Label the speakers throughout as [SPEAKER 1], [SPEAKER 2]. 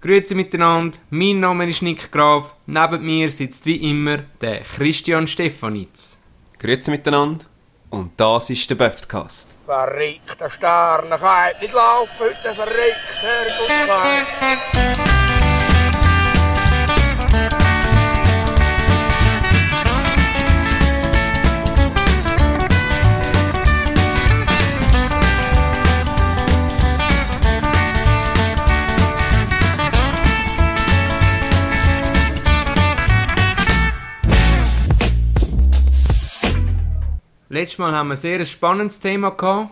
[SPEAKER 1] Grüezi miteinander, mein Name ist Nick Graf, neben mir sitzt wie immer der Christian Stefanitz.
[SPEAKER 2] Grüezi miteinander und das ist der Böftcast.
[SPEAKER 3] Verrückter Stern, ich kann nicht laufen heute, verrückt, hör gut an.
[SPEAKER 1] Letztes Mal haben wir ein sehr spannendes Thema gehabt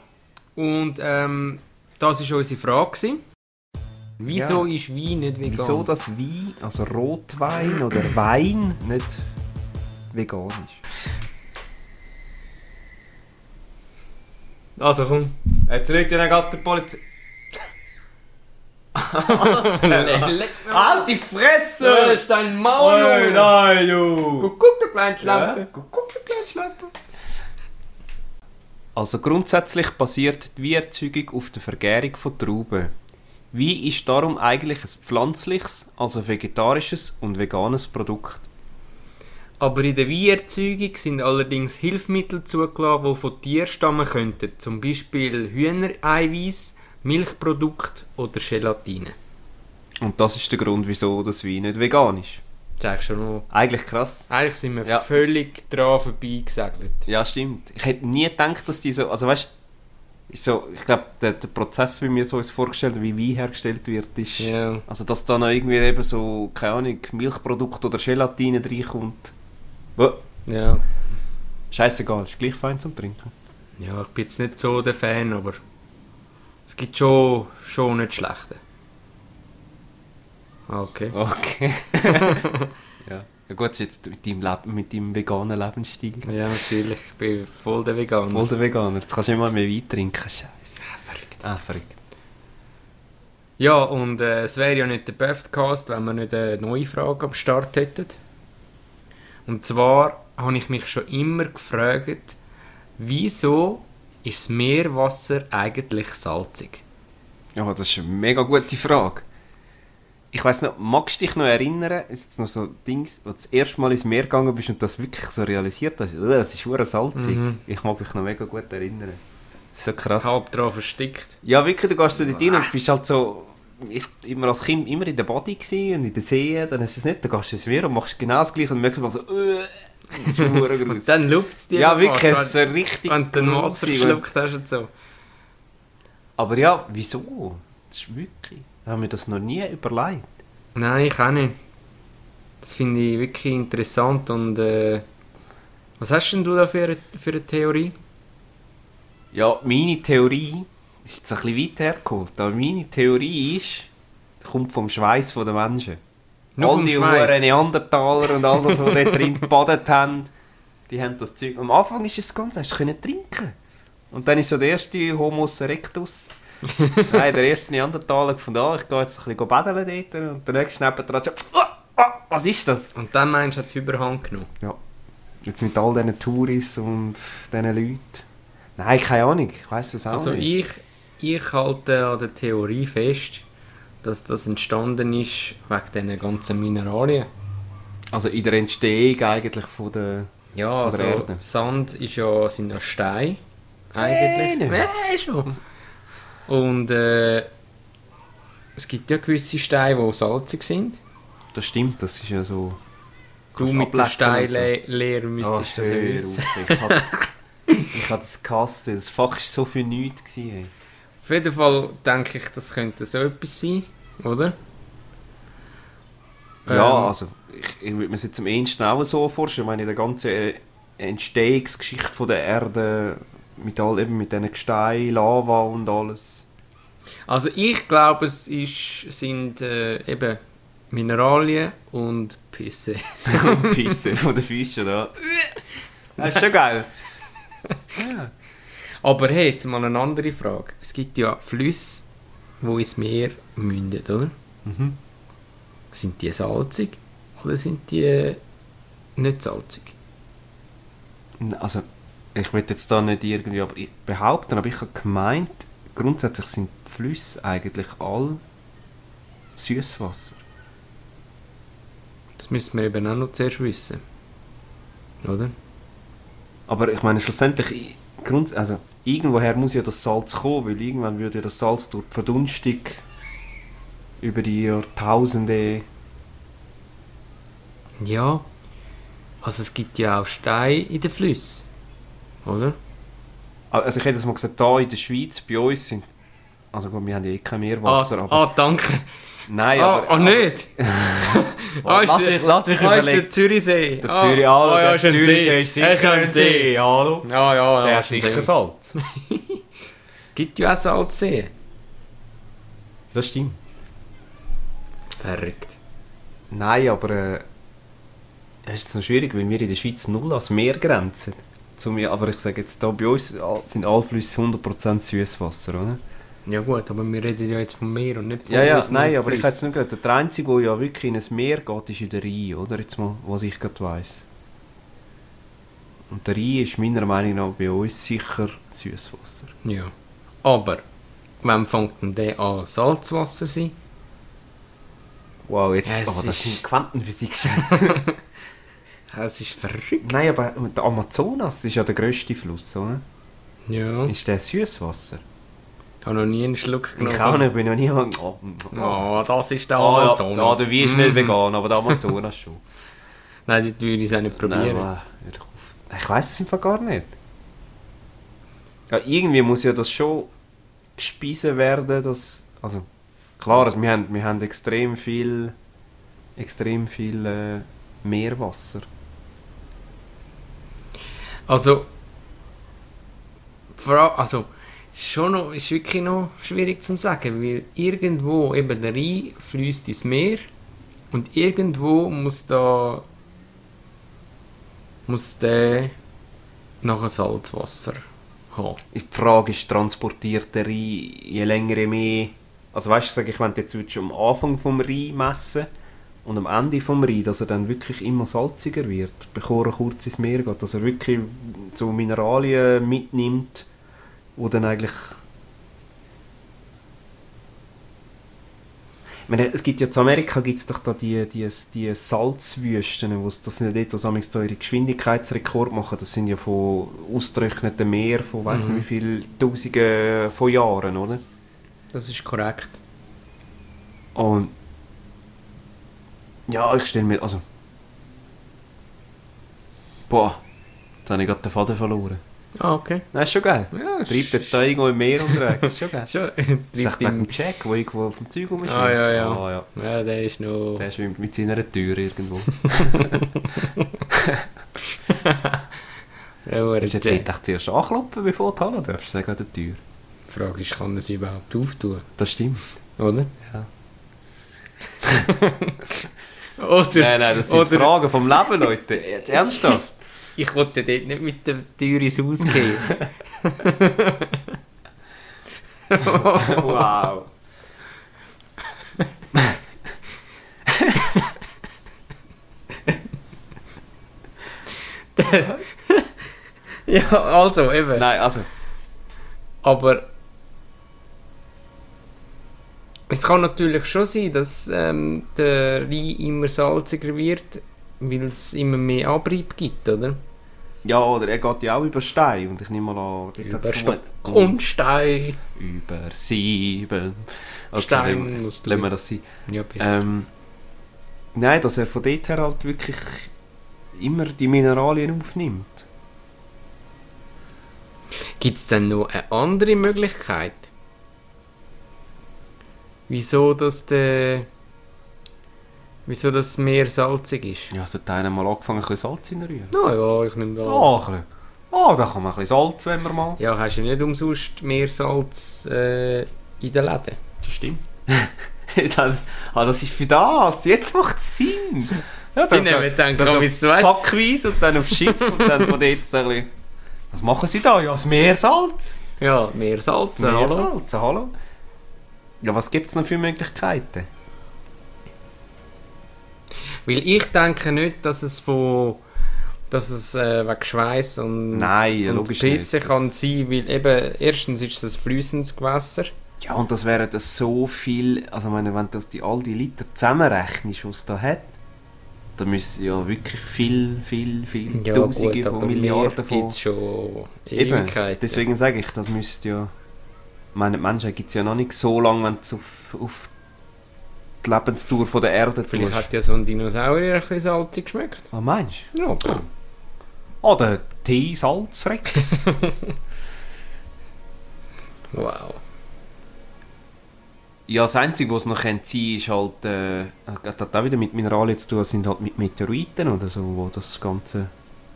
[SPEAKER 1] und ähm, das war unsere Frage. Gewesen. Wieso ist Wein nicht vegan?
[SPEAKER 2] Wieso das Wein, also Rotwein oder Wein, nicht vegan ist?
[SPEAKER 1] Also komm,
[SPEAKER 2] Jetzt rügt ja gerade der Polizei. Äh,
[SPEAKER 1] leck
[SPEAKER 2] Halt die Fresse!
[SPEAKER 1] ist dein Maul! Junge.
[SPEAKER 2] nein, du!
[SPEAKER 1] Guck, guck, du kleine Schlampe!
[SPEAKER 2] Guck, du kleine Schlampe! Also grundsätzlich basiert die Weinerzeugung auf der Vergärung von Trauben. Wein ist darum eigentlich ein pflanzliches, also vegetarisches und veganes Produkt.
[SPEAKER 1] Aber in der Weinerzeugung sind allerdings Hilfsmittel zugelassen, die von Tieren stammen könnten, zum Beispiel Hühnereiweiß, Milchprodukte oder Gelatine.
[SPEAKER 2] Und das ist der Grund, wieso das Wein nicht vegan ist.
[SPEAKER 1] Sagst schon noch.
[SPEAKER 2] Eigentlich krass.
[SPEAKER 1] Eigentlich sind wir
[SPEAKER 2] Ja.
[SPEAKER 1] völlig dran vorbeigesegelt.
[SPEAKER 2] Ja, stimmt. Ich hätte nie gedacht, dass die so. Also weißt ist so, ich glaube, der, der Prozess, wie wir so uns vorgestellt haben, wie Wein hergestellt wird, ist.
[SPEAKER 1] Ja.
[SPEAKER 2] Also, dass da noch irgendwie eben so, keine Ahnung, Milchprodukt oder Gelatine reinkommt. Wo-
[SPEAKER 1] Ja.
[SPEAKER 2] Scheißegal, ist gleich fein zum Trinken.
[SPEAKER 1] ja, ich bin jetzt nicht so der Fan, aber es gibt schon, schon nicht schlechte. Ah, Okay.
[SPEAKER 2] Okay. ja. ja. Gut, ist jetzt mit deinem, Leb mit deinem veganen Lebensstil.
[SPEAKER 1] Ja, natürlich. Ich bin voll der Veganer.
[SPEAKER 2] Voll der Veganer. Jetzt kannst du immer mehr Wein trinken. Scheiße.
[SPEAKER 1] Ah, verrückt.
[SPEAKER 2] Ah, verrückt.
[SPEAKER 1] Ja, und äh, es wäre ja nicht der Podcast, wenn wir nicht eine neue Frage am Start hätten. Und zwar habe ich mich schon immer gefragt, wieso ist das Meerwasser eigentlich salzig?
[SPEAKER 2] Ja, das ist eine mega gute Frage. Ich weiß noch, magst du dich noch erinnern, ist jetzt noch so Dings, wo du das erste Mal ins Meer gegangen bist und das wirklich so realisiert hast, «Ugh, das ist hure salzig.
[SPEAKER 1] Mhm.
[SPEAKER 2] Ich mag mich noch mega gut erinnern. Das ist so krass.
[SPEAKER 1] Halb dran versteckt.
[SPEAKER 2] Ja, wirklich, du gehst so dort rein und bist halt so, ich immer als Kind immer in der Body gsi und in der See, dann hast du es nicht, dann gehst du ins Meer und machst genau das gleiche und merkst mal so, «Ugh, das ist hure
[SPEAKER 1] Und
[SPEAKER 2] gruselig.
[SPEAKER 1] dann luft es dir
[SPEAKER 2] Ja,
[SPEAKER 1] fast,
[SPEAKER 2] wirklich, es ist so
[SPEAKER 1] wenn,
[SPEAKER 2] richtig
[SPEAKER 1] also, wenn du den Wasser
[SPEAKER 2] grusig.
[SPEAKER 1] geschluckt hast und so.
[SPEAKER 2] Aber ja, wieso? Das ist wirklich, haben wir das noch nie überlegt.
[SPEAKER 1] Nein, ich auch nicht. Das finde ich wirklich interessant und äh, was hast denn du da für eine, für eine Theorie?
[SPEAKER 2] Ja, meine Theorie ist jetzt ein bisschen weit hergeholt, aber meine Theorie ist, die kommt vom Schweiß der Menschen.
[SPEAKER 1] Nur
[SPEAKER 2] all
[SPEAKER 1] vom
[SPEAKER 2] die
[SPEAKER 1] Schweiss.
[SPEAKER 2] huren Neandertaler und all das, was dort drin gebadet haben, die haben das Zeug. Am Anfang ist es ganz, hast du können trinken. Und dann ist so der erste Homus erectus. Nein, der erste Neandertaler gefunden, ah, ich gehe jetzt ein bisschen baden dort. Und der nächste nebendran schon, ah, ah, was ist das?
[SPEAKER 1] Und dann meinst du, hat es überhand genommen?
[SPEAKER 2] Ja. Jetzt mit all diesen Touris und diesen Leuten. Nein, keine Ahnung, ich weiss es auch
[SPEAKER 1] Also
[SPEAKER 2] nicht.
[SPEAKER 1] ich, ich halte an der Theorie fest, dass das entstanden ist wegen diesen ganzen Mineralien.
[SPEAKER 2] Also in der Entstehung eigentlich von der...
[SPEAKER 1] Ja,
[SPEAKER 2] Von der
[SPEAKER 1] also
[SPEAKER 2] Erde.
[SPEAKER 1] Sand ist ja, sind ja Steine. Eigentlich.
[SPEAKER 2] Nein.
[SPEAKER 1] Nein, schon. Und äh, es gibt ja gewisse Steine, die salzig sind.
[SPEAKER 2] Das stimmt, das ist ja so...
[SPEAKER 1] Du
[SPEAKER 2] Kannst
[SPEAKER 1] mit der
[SPEAKER 2] ablecken und so.
[SPEAKER 1] Steinlehre müsstest
[SPEAKER 2] Ah,
[SPEAKER 1] das ja
[SPEAKER 2] hör
[SPEAKER 1] wissen.
[SPEAKER 2] auf, Ich hatte das, ich hatte das gehasst, das Fach war so viel nichts. Gewesen, ey.
[SPEAKER 1] Auf jeden Fall denke ich, das könnte so etwas sein, oder?
[SPEAKER 2] Ja,
[SPEAKER 1] Ähm,
[SPEAKER 2] also ich, ich würde mir das jetzt am ehesten auch so vorstellen, wenn in der ganzen äh, Entstehungsgeschichte von der Erde mit all eben mit diesen Gestein, Lava und alles.
[SPEAKER 1] Also ich glaube, es ist, sind äh, eben Mineralien und Pisse.
[SPEAKER 2] Pisse von den Fischen, ja. Das ist schon geil.
[SPEAKER 1] Aber hey, jetzt mal eine andere Frage. Es gibt ja Flüsse, wo ins Meer mündet, oder?
[SPEAKER 2] Mhm.
[SPEAKER 1] Sind die salzig oder sind die äh, nicht salzig?
[SPEAKER 2] Also, ich will jetzt da nicht irgendwie aber ich behaupten, aber ich habe gemeint, grundsätzlich sind die Flüsse eigentlich all Süßwasser.
[SPEAKER 1] Das müssten wir eben auch noch zuerst wissen. Oder?
[SPEAKER 2] Aber ich meine, schlussendlich, i- Grund, also, irgendwoher muss ja das Salz kommen, weil irgendwann würde ja das Salz durch die Verdunstung über die Jahrtausende.
[SPEAKER 1] Ja. Also es gibt ja auch Steine in den Flüssen. Oder?
[SPEAKER 2] Also, ich hätte jetzt mal gesagt, da in der Schweiz, bei uns sind. Also, gut, wir haben ja eh kein Meerwasser,
[SPEAKER 1] ah,
[SPEAKER 2] aber.
[SPEAKER 1] ah, danke.
[SPEAKER 2] nein,
[SPEAKER 1] ah,
[SPEAKER 2] aber.
[SPEAKER 1] ah, nicht.
[SPEAKER 2] Aber, lass mich, lass mich
[SPEAKER 1] ah, ist
[SPEAKER 2] überlegen.
[SPEAKER 1] der Zürichsee.
[SPEAKER 2] Der
[SPEAKER 1] Ah,
[SPEAKER 2] Zürich, hallo,
[SPEAKER 1] ah, ja,
[SPEAKER 2] der
[SPEAKER 1] ist ein
[SPEAKER 2] Zürichsee ist
[SPEAKER 1] Er
[SPEAKER 2] sicher ein See, hallo.
[SPEAKER 1] Ja, ja, ja.
[SPEAKER 2] Der hat
[SPEAKER 1] ist ein
[SPEAKER 2] sicher
[SPEAKER 1] See.
[SPEAKER 2] Salz.
[SPEAKER 1] Gibt ja auch Salzseen.
[SPEAKER 2] Das stimmt.
[SPEAKER 1] Verrückt.
[SPEAKER 2] Nein, aber äh, das ist jetzt noch schwierig, weil wir in der Schweiz null ans Meer grenzen. Zum, aber ich sage jetzt, da bei uns all- sind alle Flüsse 100% Süßwasser, oder?
[SPEAKER 1] Ja gut, aber wir reden ja jetzt vom Meer und nicht vom
[SPEAKER 2] Ja, ja,
[SPEAKER 1] Flüssen
[SPEAKER 2] nein,
[SPEAKER 1] und
[SPEAKER 2] aber ich
[SPEAKER 1] Flüssen.
[SPEAKER 2] hätte es nicht gehört. Der Einzige, der ja wirklich in ein Meer geht, ist in der Rhein, oder? Jetzt mal, was ich gerade weiss. Und der Rhein ist meiner Meinung nach bei uns sicher Süßwasser.
[SPEAKER 1] Ja. Aber, wann fängt denn der an Salzwasser zu sein?
[SPEAKER 2] Wow, jetzt...
[SPEAKER 1] Es
[SPEAKER 2] oh, das
[SPEAKER 1] ist-
[SPEAKER 2] sind Quantenphysik
[SPEAKER 1] Es ist verrückt.
[SPEAKER 2] Nein, aber der Amazonas ist ja der grösste Fluss, oder?
[SPEAKER 1] Ja. Ich
[SPEAKER 2] Ist der Süßwasser?
[SPEAKER 1] habe noch nie einen Schluck genommen.
[SPEAKER 2] Ich auch nicht, bin noch nie... Oh,
[SPEAKER 1] Oh, das ist der
[SPEAKER 2] Ah, Genau, ja,
[SPEAKER 1] Amazonas.
[SPEAKER 2] ah, der Wein ist nicht
[SPEAKER 1] Mhm.
[SPEAKER 2] vegan, aber der Amazonas schon.
[SPEAKER 1] Nein, das würde ich es auch nicht probieren.
[SPEAKER 2] Nein, hör doch auf. ich weiß es einfach gar nicht. Ja, irgendwie muss ja das schon gespeisen werden, dass... Also, klar, also wir haben, wir haben extrem viel... extrem viel äh, Meerwasser.
[SPEAKER 1] also, vor allem, also, ist schon noch, ist wirklich noch schwierig zu sagen, weil irgendwo eben der Rhein fließt ins Meer und irgendwo muss da muss der nachher Salzwasser haben.
[SPEAKER 2] Die Frage ist, transportiert der Rhein je länger, je mehr... Also weißt du, sag ich, wenn du jetzt würdest am Anfang vom Rhein messen und am Ende vom Rhein, dass er dann wirklich immer salziger wird, bevor er kurz ins Meer geht, dass er wirklich so Mineralien mitnimmt, wo dann eigentlich... Ich meine, es gibt ja in Amerika gibt's doch da die, die, die Salzwüsten, wo es- das sind ja dort, wo sie manchmal da ihre Geschwindigkeitsrekord machen. Das sind ja von ausgetrockneten Meer von weiß
[SPEAKER 1] Mhm.
[SPEAKER 2] nicht wie viel Tausenden von Jahren, oder?
[SPEAKER 1] Das ist korrekt.
[SPEAKER 2] Und ja, ich stelle mir, also boah, da habe ich gerade den Faden verloren.
[SPEAKER 1] Ah, okay.
[SPEAKER 2] Nein, ist schon geil.
[SPEAKER 1] Ja,
[SPEAKER 2] Treibt jetzt da irgendwo im Meer unterwegs, ist schon geil.
[SPEAKER 1] Schon.
[SPEAKER 2] Das ist
[SPEAKER 1] Treibt
[SPEAKER 2] echt wegen
[SPEAKER 1] im,
[SPEAKER 2] dem Jack, der irgendwo auf dem Zeug rumschwimmt.
[SPEAKER 1] Ah, ja, ja.
[SPEAKER 2] Ah, ja.
[SPEAKER 1] ja, der ist noch...
[SPEAKER 2] Der schwimmt mit seiner Tür irgendwo.
[SPEAKER 1] Ja,
[SPEAKER 2] Du hättest
[SPEAKER 1] Die
[SPEAKER 2] echt zuerst anklopfen, bevor du halten darfst. Sag an der Tür.
[SPEAKER 1] Frage ist, kann er sie überhaupt auftun?
[SPEAKER 2] Das stimmt.
[SPEAKER 1] Dus- Oder?
[SPEAKER 2] Ja.
[SPEAKER 1] Oder,
[SPEAKER 2] Nein, nein, das sind
[SPEAKER 1] oder
[SPEAKER 2] Fragen vom Leben, Leute. Jetzt ernsthaft.
[SPEAKER 1] ich wollte dort nicht mit der Tür ins Haus gehen.
[SPEAKER 2] wow.
[SPEAKER 1] ja, also eben.
[SPEAKER 2] Nein, also.
[SPEAKER 1] Aber es kann natürlich schon sein, dass ähm, der Rhein immer salziger wird, weil es immer mehr Abrieb gibt, oder?
[SPEAKER 2] Ja, oder er geht ja auch über Stein. Und ich nehme mal an, dort hat's
[SPEAKER 1] Über Stock
[SPEAKER 2] vermutlich-
[SPEAKER 1] und Stein.
[SPEAKER 2] Über sieben.
[SPEAKER 1] Stein
[SPEAKER 2] lassen wir-
[SPEAKER 1] musst du-
[SPEAKER 2] Lassen wir das sein.
[SPEAKER 1] Ja, besser.
[SPEAKER 2] Ähm, nein, dass er von dort her halt wirklich immer die Mineralien aufnimmt.
[SPEAKER 1] Gibt es denn noch eine andere Möglichkeit? Wieso dass der. Wieso das Meer salzig ist?
[SPEAKER 2] Ja, also die einen haben mal angefangen, ein bisschen Salz in Rühren.
[SPEAKER 1] Na ja, ich nehme an.
[SPEAKER 2] Ah, ein bisschen. Ah, da kann man ein bisschen Salz, wenn man mal.
[SPEAKER 1] Ja, hast du nicht umsonst mehr Salz äh, in den Läden?
[SPEAKER 2] Das stimmt. das, ah, das ist für das. Jetzt macht es Sinn. Ja,
[SPEAKER 1] Die nehmen dann,
[SPEAKER 2] das
[SPEAKER 1] komm,
[SPEAKER 2] so
[SPEAKER 1] wieso weißt
[SPEAKER 2] packweise und dann aufs Schiff und dann von dort so ein bisschen. Was machen sie da? Ja, das Meersalz.
[SPEAKER 1] du? Ja, mehr Salz,
[SPEAKER 2] Das
[SPEAKER 1] hallo.
[SPEAKER 2] Meersalz, hallo. Ja, was gibt es noch für Möglichkeiten?
[SPEAKER 1] Weil ich denke nicht, dass es von. dass es äh, wegen Schweiß und,
[SPEAKER 2] Nein,
[SPEAKER 1] und
[SPEAKER 2] logisch
[SPEAKER 1] Pisse
[SPEAKER 2] nicht.
[SPEAKER 1] kann sein, weil eben erstens ist es ein fließendes Gewässer
[SPEAKER 2] Ja, und das wären das so viel, also ich meine, wenn das die, all die Liter zusammenrechnest, was es da hat, dann müssen ja wirklich viel, viel, viel,
[SPEAKER 1] Ja,
[SPEAKER 2] Tausende
[SPEAKER 1] gut, aber
[SPEAKER 2] von Milliarden
[SPEAKER 1] von...
[SPEAKER 2] von...
[SPEAKER 1] Gibt's schon
[SPEAKER 2] Eben,
[SPEAKER 1] Ewigkeiten.
[SPEAKER 2] deswegen sage ich, das müsste ja... Ich meine, die Menschen gibt es ja noch nicht so lange, wenn du es auf, auf die Lebensdauer von der Erde
[SPEAKER 1] Vielleicht
[SPEAKER 2] tust.
[SPEAKER 1] hat ja so ein Dinosaurier ein bisschen salzig geschmeckt.
[SPEAKER 2] Was meinst
[SPEAKER 1] Ja,
[SPEAKER 2] du? Ah, der T-Salzrex.
[SPEAKER 1] wow.
[SPEAKER 2] ja, das Einzige, was es noch sein könnte, ist halt... Äh, das hat auch wieder mit Mineralien zu tun, sind halt mit Meteoriten oder so, wo das Ganze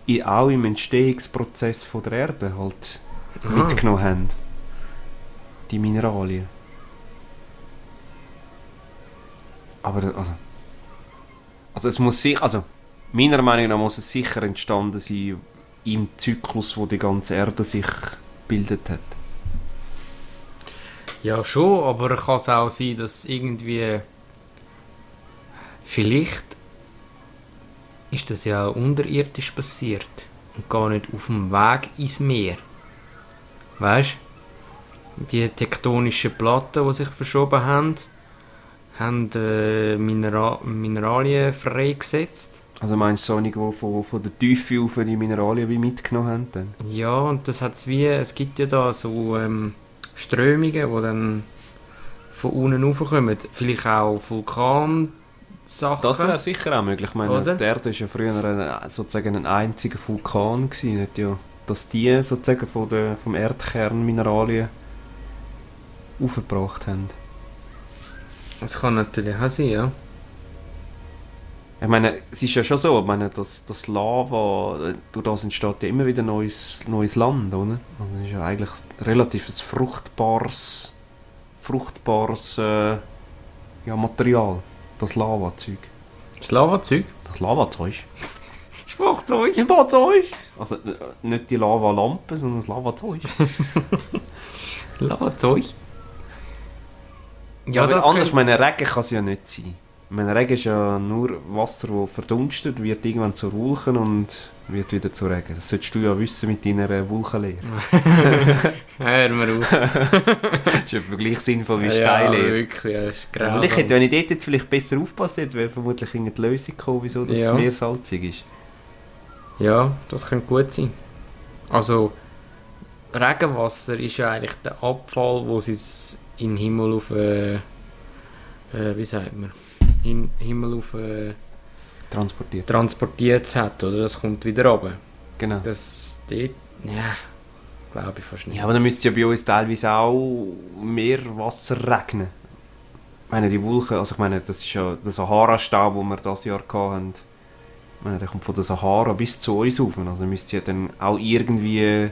[SPEAKER 2] i- auch im Entstehungsprozess von der Erde halt mitgenommen haben. Die Mineralien. Aber da- also, also es muss sich, also meiner Meinung nach muss es sicher entstanden sein im Zyklus, wo die ganze Erde sich gebildet hat.
[SPEAKER 1] Ja, schon, aber kann es auch sein, dass irgendwie. Vielleicht ist das ja auch unterirdisch passiert und gar nicht auf dem Weg ins Meer. Weißt du? Die tektonischen Platten, die sich verschoben haben, haben äh, Minera Mineralien freigesetzt.
[SPEAKER 2] Also meinst du so irgendwo von, von der Tiefe auf die Mineralien wie mitgenommen haben? Dann?
[SPEAKER 1] Ja, und das hat's wie, es gibt ja da so ähm, Strömungen, die dann von unten raufkommen. Vielleicht auch Vulkansachen.
[SPEAKER 2] Das wäre sicher auch möglich. Ich meine,
[SPEAKER 1] Oder?
[SPEAKER 2] die Erde war ja früher ein, sozusagen ein einziger Vulkan. Gewesen, nicht ja, dass die sozusagen von der, vom Erdkern Mineralien aufgebracht haben.
[SPEAKER 1] Das kann natürlich auch sein, ja.
[SPEAKER 2] Ich meine, es ist ja schon so, ich meine, das, das Lava, äh, durch das entsteht ja immer wieder neues, neues Land, oder? Also es ist ja eigentlich ein relativ ein fruchtbares, fruchtbares äh, ja, Material, das Lava-Zeug.
[SPEAKER 1] Das Lavazeug.
[SPEAKER 2] Das Lava-Zeug.
[SPEAKER 1] Sprachzeug.
[SPEAKER 2] Ein Badzeug! Also äh, nicht die Lavalampe, sondern das Lavazeug.
[SPEAKER 1] Lavazeug.
[SPEAKER 2] Ja,
[SPEAKER 1] Ja,
[SPEAKER 2] Aber
[SPEAKER 1] das
[SPEAKER 2] anders,
[SPEAKER 1] könnte-
[SPEAKER 2] meine Regen kann es ja nicht sein. Mein Regen ist ja nur Wasser, das verdunstet, wird irgendwann zu Wulchen und wird wieder zu Regen. Das solltest du ja wissen mit deiner Wulchenlehre.
[SPEAKER 1] Hör mir auf.
[SPEAKER 2] das ist etwa gleich sinnvoll wie
[SPEAKER 1] ja,
[SPEAKER 2] Steillehre.
[SPEAKER 1] wirklich, ja, ist
[SPEAKER 2] Ja,
[SPEAKER 1] grausam.
[SPEAKER 2] ich hätte, wenn ich dort jetzt vielleicht besser aufgepasst hätte, wäre vermutlich irgendeine Lösung gekommen, wieso das
[SPEAKER 1] Ja.
[SPEAKER 2] Meer salzig ist.
[SPEAKER 1] Ja, das könnte gut sein. Also, Regenwasser ist ja eigentlich der Abfall, wo sie es in den Himmel auf. Äh, äh, wie sagt man? In den Himmel auf. Äh,
[SPEAKER 2] Transportiert.
[SPEAKER 1] transportiert hat, oder? Das kommt wieder runter.
[SPEAKER 2] Genau.
[SPEAKER 1] Das. dort. Ja. Glaube ich fast nicht.
[SPEAKER 2] Ja, aber dann müsste es ja bei uns teilweise auch mehr Wasser regnen. Ich meine, die Wolken, also ich meine, das ist ja der Sahara-Stau, den wir dieses Jahr hatten. Ich meine, der kommt von der Sahara bis zu uns rauf. Also müsste ja dann auch irgendwie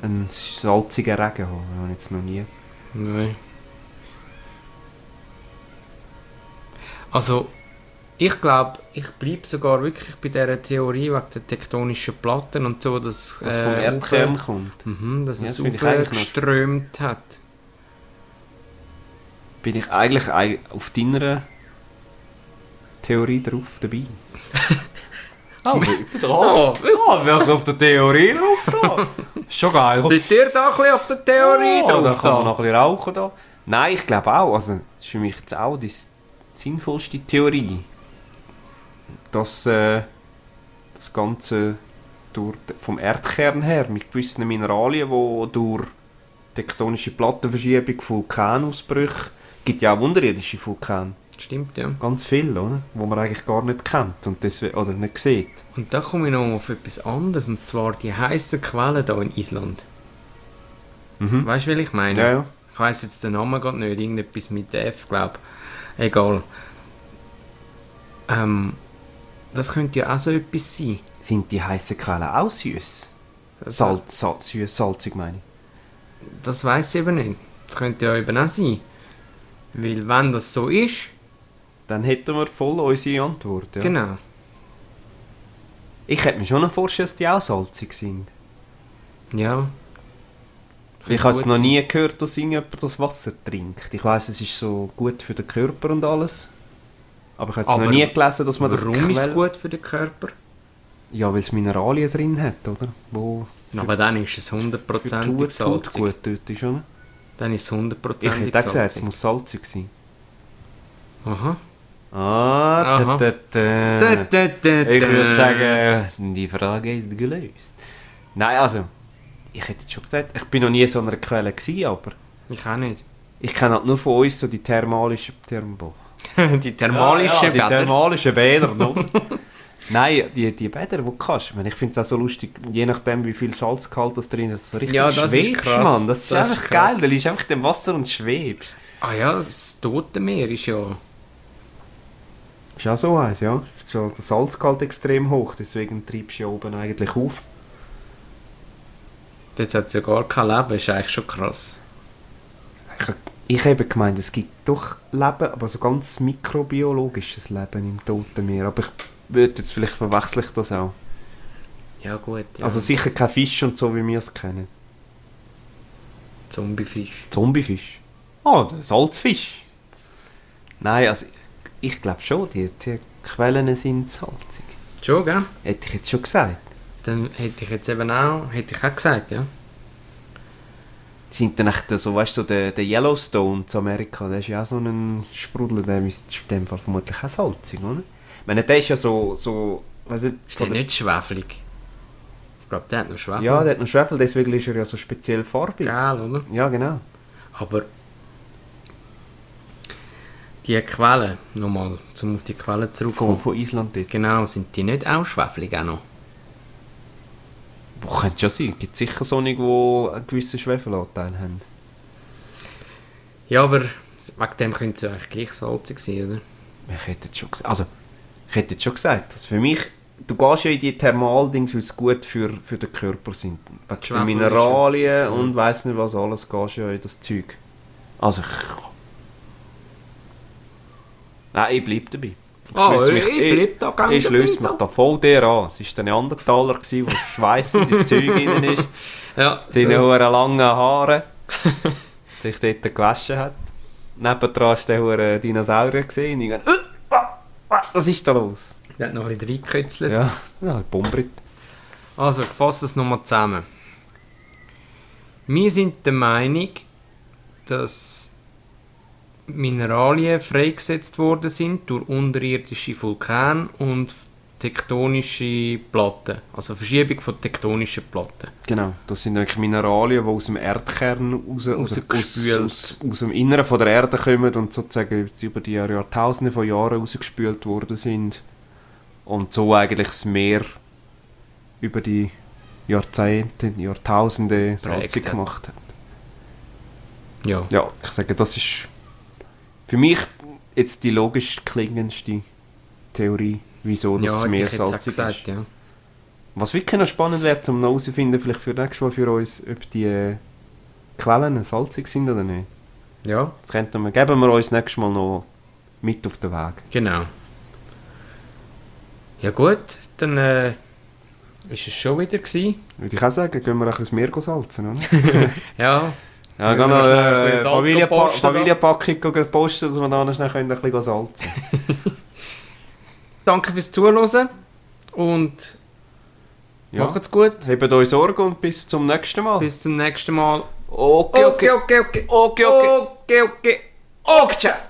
[SPEAKER 2] einen salzigen Regen haben. Das habe ich jetzt noch nie.
[SPEAKER 1] Nein. Also, ich glaube, ich bleibe sogar wirklich bei dieser Theorie wegen der tektonischen Platten und so, dass.
[SPEAKER 2] Dass vom
[SPEAKER 1] äh,
[SPEAKER 2] Erdkern kommt.
[SPEAKER 1] Mhm, dass
[SPEAKER 2] Ja,
[SPEAKER 1] es
[SPEAKER 2] das finde ich eigentlich noch-
[SPEAKER 1] aufgeströmt hat.
[SPEAKER 2] Bin ich eigentlich ei- auf deiner Theorie drauf dabei? Oh, ich bin
[SPEAKER 1] Oh,
[SPEAKER 2] Ja, wirklich auf der Theorie drauf da. Schon geil.
[SPEAKER 1] Seid ihr da ein bisschen auf der Theorie
[SPEAKER 2] Ja, Oh, Da
[SPEAKER 1] drauf?
[SPEAKER 2] kann man
[SPEAKER 1] Da?
[SPEAKER 2] noch ein bisschen rauchen da. Nein, ich glaube auch. Also, das ist für mich jetzt auch die s- sinnvollste Theorie. Dass äh, das Ganze durch, d- vom Erdkern her mit gewissen Mineralien, die durch tektonische Plattenverschiebung, Vulkanausbrüche, gibt ja auch unterirdische Vulkane.
[SPEAKER 1] Stimmt, ja.
[SPEAKER 2] Ganz viel, oder? Wo man eigentlich gar nicht kennt und deswegen, oder nicht sieht.
[SPEAKER 1] Und da komme ich noch auf etwas anderes, und zwar die heißen Quellen hier in Island.
[SPEAKER 2] Mhm.
[SPEAKER 1] Weißt du, was ich meine?
[SPEAKER 2] Ja, ja.
[SPEAKER 1] Ich weiß jetzt den Namen gerade nicht, irgendetwas mit F, glaube Egal. Ähm, das könnte ja auch so etwas sein.
[SPEAKER 2] Sind die heißen Quellen auch süß?
[SPEAKER 1] Das,
[SPEAKER 2] Salz, Salz, süß, salzig meine ich.
[SPEAKER 1] Das weiß ich eben nicht. Das könnte ja eben auch sein. Weil wenn das so ist,
[SPEAKER 2] Dann hätten wir voll unsere Antwort. Ja.
[SPEAKER 1] genau.
[SPEAKER 2] Ich hätte mir schon noch vorstellen, dass die auch salzig sind.
[SPEAKER 1] Ja.
[SPEAKER 2] Ich habe
[SPEAKER 1] gut
[SPEAKER 2] es noch
[SPEAKER 1] sein.
[SPEAKER 2] nie gehört, dass irgendjemand das Wasser trinkt. Ich weiß, es ist so gut für den Körper und alles. Aber ich habe es
[SPEAKER 1] Aber
[SPEAKER 2] noch nie gelesen, dass man das
[SPEAKER 1] Warum ist es
[SPEAKER 2] Quell-
[SPEAKER 1] gut für den Körper?
[SPEAKER 2] Ja, weil es Mineralien drin hat, oder? Wo
[SPEAKER 1] Aber dann ist es
[SPEAKER 2] für die Haut-
[SPEAKER 1] hundertprozentig
[SPEAKER 2] Haut
[SPEAKER 1] salzig.
[SPEAKER 2] gut tut ist, oder?
[SPEAKER 1] Dann ist es
[SPEAKER 2] Ich hätte
[SPEAKER 1] hundertprozentig
[SPEAKER 2] auch gesagt, es
[SPEAKER 1] salzig.
[SPEAKER 2] muss salzig sein.
[SPEAKER 1] Aha.
[SPEAKER 2] Ah,
[SPEAKER 1] Aha.
[SPEAKER 2] da, da, da.
[SPEAKER 1] Da, da, da,
[SPEAKER 2] Ich würde
[SPEAKER 1] da.
[SPEAKER 2] sagen, die Frage ist gelöst. Nein, also, ich hätte jetzt schon gesagt, ich bin noch nie in so einer Quelle gewesen, aber
[SPEAKER 1] Ich auch nicht.
[SPEAKER 2] ich kenne halt nur von uns so die thermalischen Thermo
[SPEAKER 1] die thermalischen
[SPEAKER 2] Ah, ja, ja, die
[SPEAKER 1] Bäder.
[SPEAKER 2] thermalischen Bäder, oder? Nein, die, die Bäder, die du kannst. Ich, meine, ich finde es auch so lustig, je nachdem, wie viel Salzgehalt das drin ist, so richtig
[SPEAKER 1] Ja, das ist
[SPEAKER 2] schwebst,
[SPEAKER 1] krass.
[SPEAKER 2] Mann. Das ist
[SPEAKER 1] Das ist
[SPEAKER 2] einfach
[SPEAKER 1] krass.
[SPEAKER 2] geil. Du liegst einfach im Wasser und schwebst.
[SPEAKER 1] ah ja, das Tote Meer ist ja...
[SPEAKER 2] Ist auch so eins, ja. So, der Salzgehalt extrem hoch, deswegen treibst du ja oben eigentlich auf.
[SPEAKER 1] Dort hat es ja gar kein Leben, ist eigentlich schon krass.
[SPEAKER 2] Ich, ich habe gemeint, es gibt doch Leben, aber so ganz mikrobiologisches Leben im Toten Meer. Aber ich würde jetzt vielleicht verwechsel ich das auch.
[SPEAKER 1] Ja gut, ja.
[SPEAKER 2] Also sicher kein Fisch und so, wie wir es kennen.
[SPEAKER 1] Zombiefisch.
[SPEAKER 2] Zombiefisch. Ah, der Salzfisch. Nein, also ich glaube schon, die, die Quellen sind salzig.
[SPEAKER 1] Schon, gell?
[SPEAKER 2] Hätte ich jetzt schon gesagt.
[SPEAKER 1] Dann hätte ich jetzt eben auch, hätte ich auch gesagt, ja.
[SPEAKER 2] Sind dann echt so, weißt du, so der, der Yellowstone zu Amerika, der ist ja auch so ein Sprudel, der ist in dem Fall vermutlich auch salzig, oder? Ich meine, der ist ja so, so, weiss nicht,
[SPEAKER 1] Ist
[SPEAKER 2] von
[SPEAKER 1] der
[SPEAKER 2] der-
[SPEAKER 1] nicht schwefelig? Ich glaube, der hat noch Schwefel.
[SPEAKER 2] Ja, der hat noch Schwefel, deswegen ist er ja so speziell farbig. Ja,
[SPEAKER 1] Gell, oder?
[SPEAKER 2] genau.
[SPEAKER 1] Aber die Quellen, nochmal, um auf die Quellen
[SPEAKER 2] Von,
[SPEAKER 1] zurückzukommen.
[SPEAKER 2] von Island dort.
[SPEAKER 1] Genau, sind die nicht auch schwefelig auch noch?
[SPEAKER 2] Wo könnte schon sein. Gibt sicher Sonne, die einen gewissen Schwefelanteil haben.
[SPEAKER 1] Ja, aber wegen dem könnte es ja eigentlich gleich salzig sein, oder?
[SPEAKER 2] Ich hätte jetzt schon gesagt, also, ich hätte jetzt schon gesagt, also für mich, du gehst ja in die Thermaldings, weil sie gut für, für den Körper sind. Wegen
[SPEAKER 1] Schwefel
[SPEAKER 2] den Mineralien und weiss nicht was alles, gehst du ja in das Zeug. Also, ich... Nein, ich bleibe dabei. Ich schliesse mich-
[SPEAKER 1] Ah, bleib da ganz
[SPEAKER 2] Ich schließe mich da voll dir an. Es war der Neandertaler, gewesen, der schweissend ins Zeug rein ist.
[SPEAKER 1] Ja,
[SPEAKER 2] Seine
[SPEAKER 1] das-
[SPEAKER 2] hohen langen Haare. sich dort gewaschen hat. Nebendran war der hohe Dinosaurier. Gewesen, und ich dachte, «Äh, wa- wa- was ist da los?
[SPEAKER 1] der hat noch ein bisschen reingekitzelt.
[SPEAKER 2] Ja, ja Bombrit.
[SPEAKER 1] Also, ich fasse es nochmal zusammen. Wir sind der Meinung, dass Mineralien freigesetzt worden sind durch unterirdische Vulkane und tektonische Platten. Also Verschiebung von tektonischen Platten.
[SPEAKER 2] Genau, das sind eigentlich Mineralien, die aus dem Erdkern raus, oder aus,
[SPEAKER 1] Rausgespült.
[SPEAKER 2] aus, aus dem Inneren von der Erde kommen und sozusagen jetzt über die Jahr- Jahrtausende von Jahren rausgespült worden sind. Und so eigentlich das Meer über die Jahrzehnte, Jahrtausende salzig
[SPEAKER 1] hat.
[SPEAKER 2] gemacht hat.
[SPEAKER 1] Ja.
[SPEAKER 2] Ja, ich sage, das ist für mich jetzt die logisch klingendste Theorie, wieso das
[SPEAKER 1] hätte
[SPEAKER 2] Meer
[SPEAKER 1] ich jetzt auch
[SPEAKER 2] salzig ist.
[SPEAKER 1] ja.
[SPEAKER 2] Was wirklich noch spannend wäre, um noch herauszufinden, vielleicht für nächstes Mal für uns, ob die äh, Quellen salzig sind oder nicht.
[SPEAKER 1] Ja,
[SPEAKER 2] Das könnten wir, geben wir uns nächstes Mal noch mit auf den Weg.
[SPEAKER 1] genau. Ja gut, dann äh, ist es schon wieder gewesen.
[SPEAKER 2] Würde ich auch sagen, gehen wir ein bisschen das Meer salzen, oder?
[SPEAKER 1] Ja,
[SPEAKER 2] ja,
[SPEAKER 1] Ja,
[SPEAKER 2] gehen
[SPEAKER 1] noch
[SPEAKER 2] noch
[SPEAKER 1] schnell ein
[SPEAKER 2] äh,
[SPEAKER 1] bisschen Salz
[SPEAKER 2] Familienpa
[SPEAKER 1] posten, oder?
[SPEAKER 2] Familienpackung gehen posten, dass wir da noch schnell können, ein bisschen salzen können.
[SPEAKER 1] danke fürs Zuhören und
[SPEAKER 2] Ja.
[SPEAKER 1] macht's gut.
[SPEAKER 2] Hebt euch Sorge und bis zum nächsten Mal.
[SPEAKER 1] Bis zum nächsten Mal.
[SPEAKER 2] Okay,
[SPEAKER 1] Okay,
[SPEAKER 2] okay.
[SPEAKER 1] okay, okay.
[SPEAKER 2] Okay, okay.
[SPEAKER 1] Okay, okay.
[SPEAKER 2] Okay, ciao.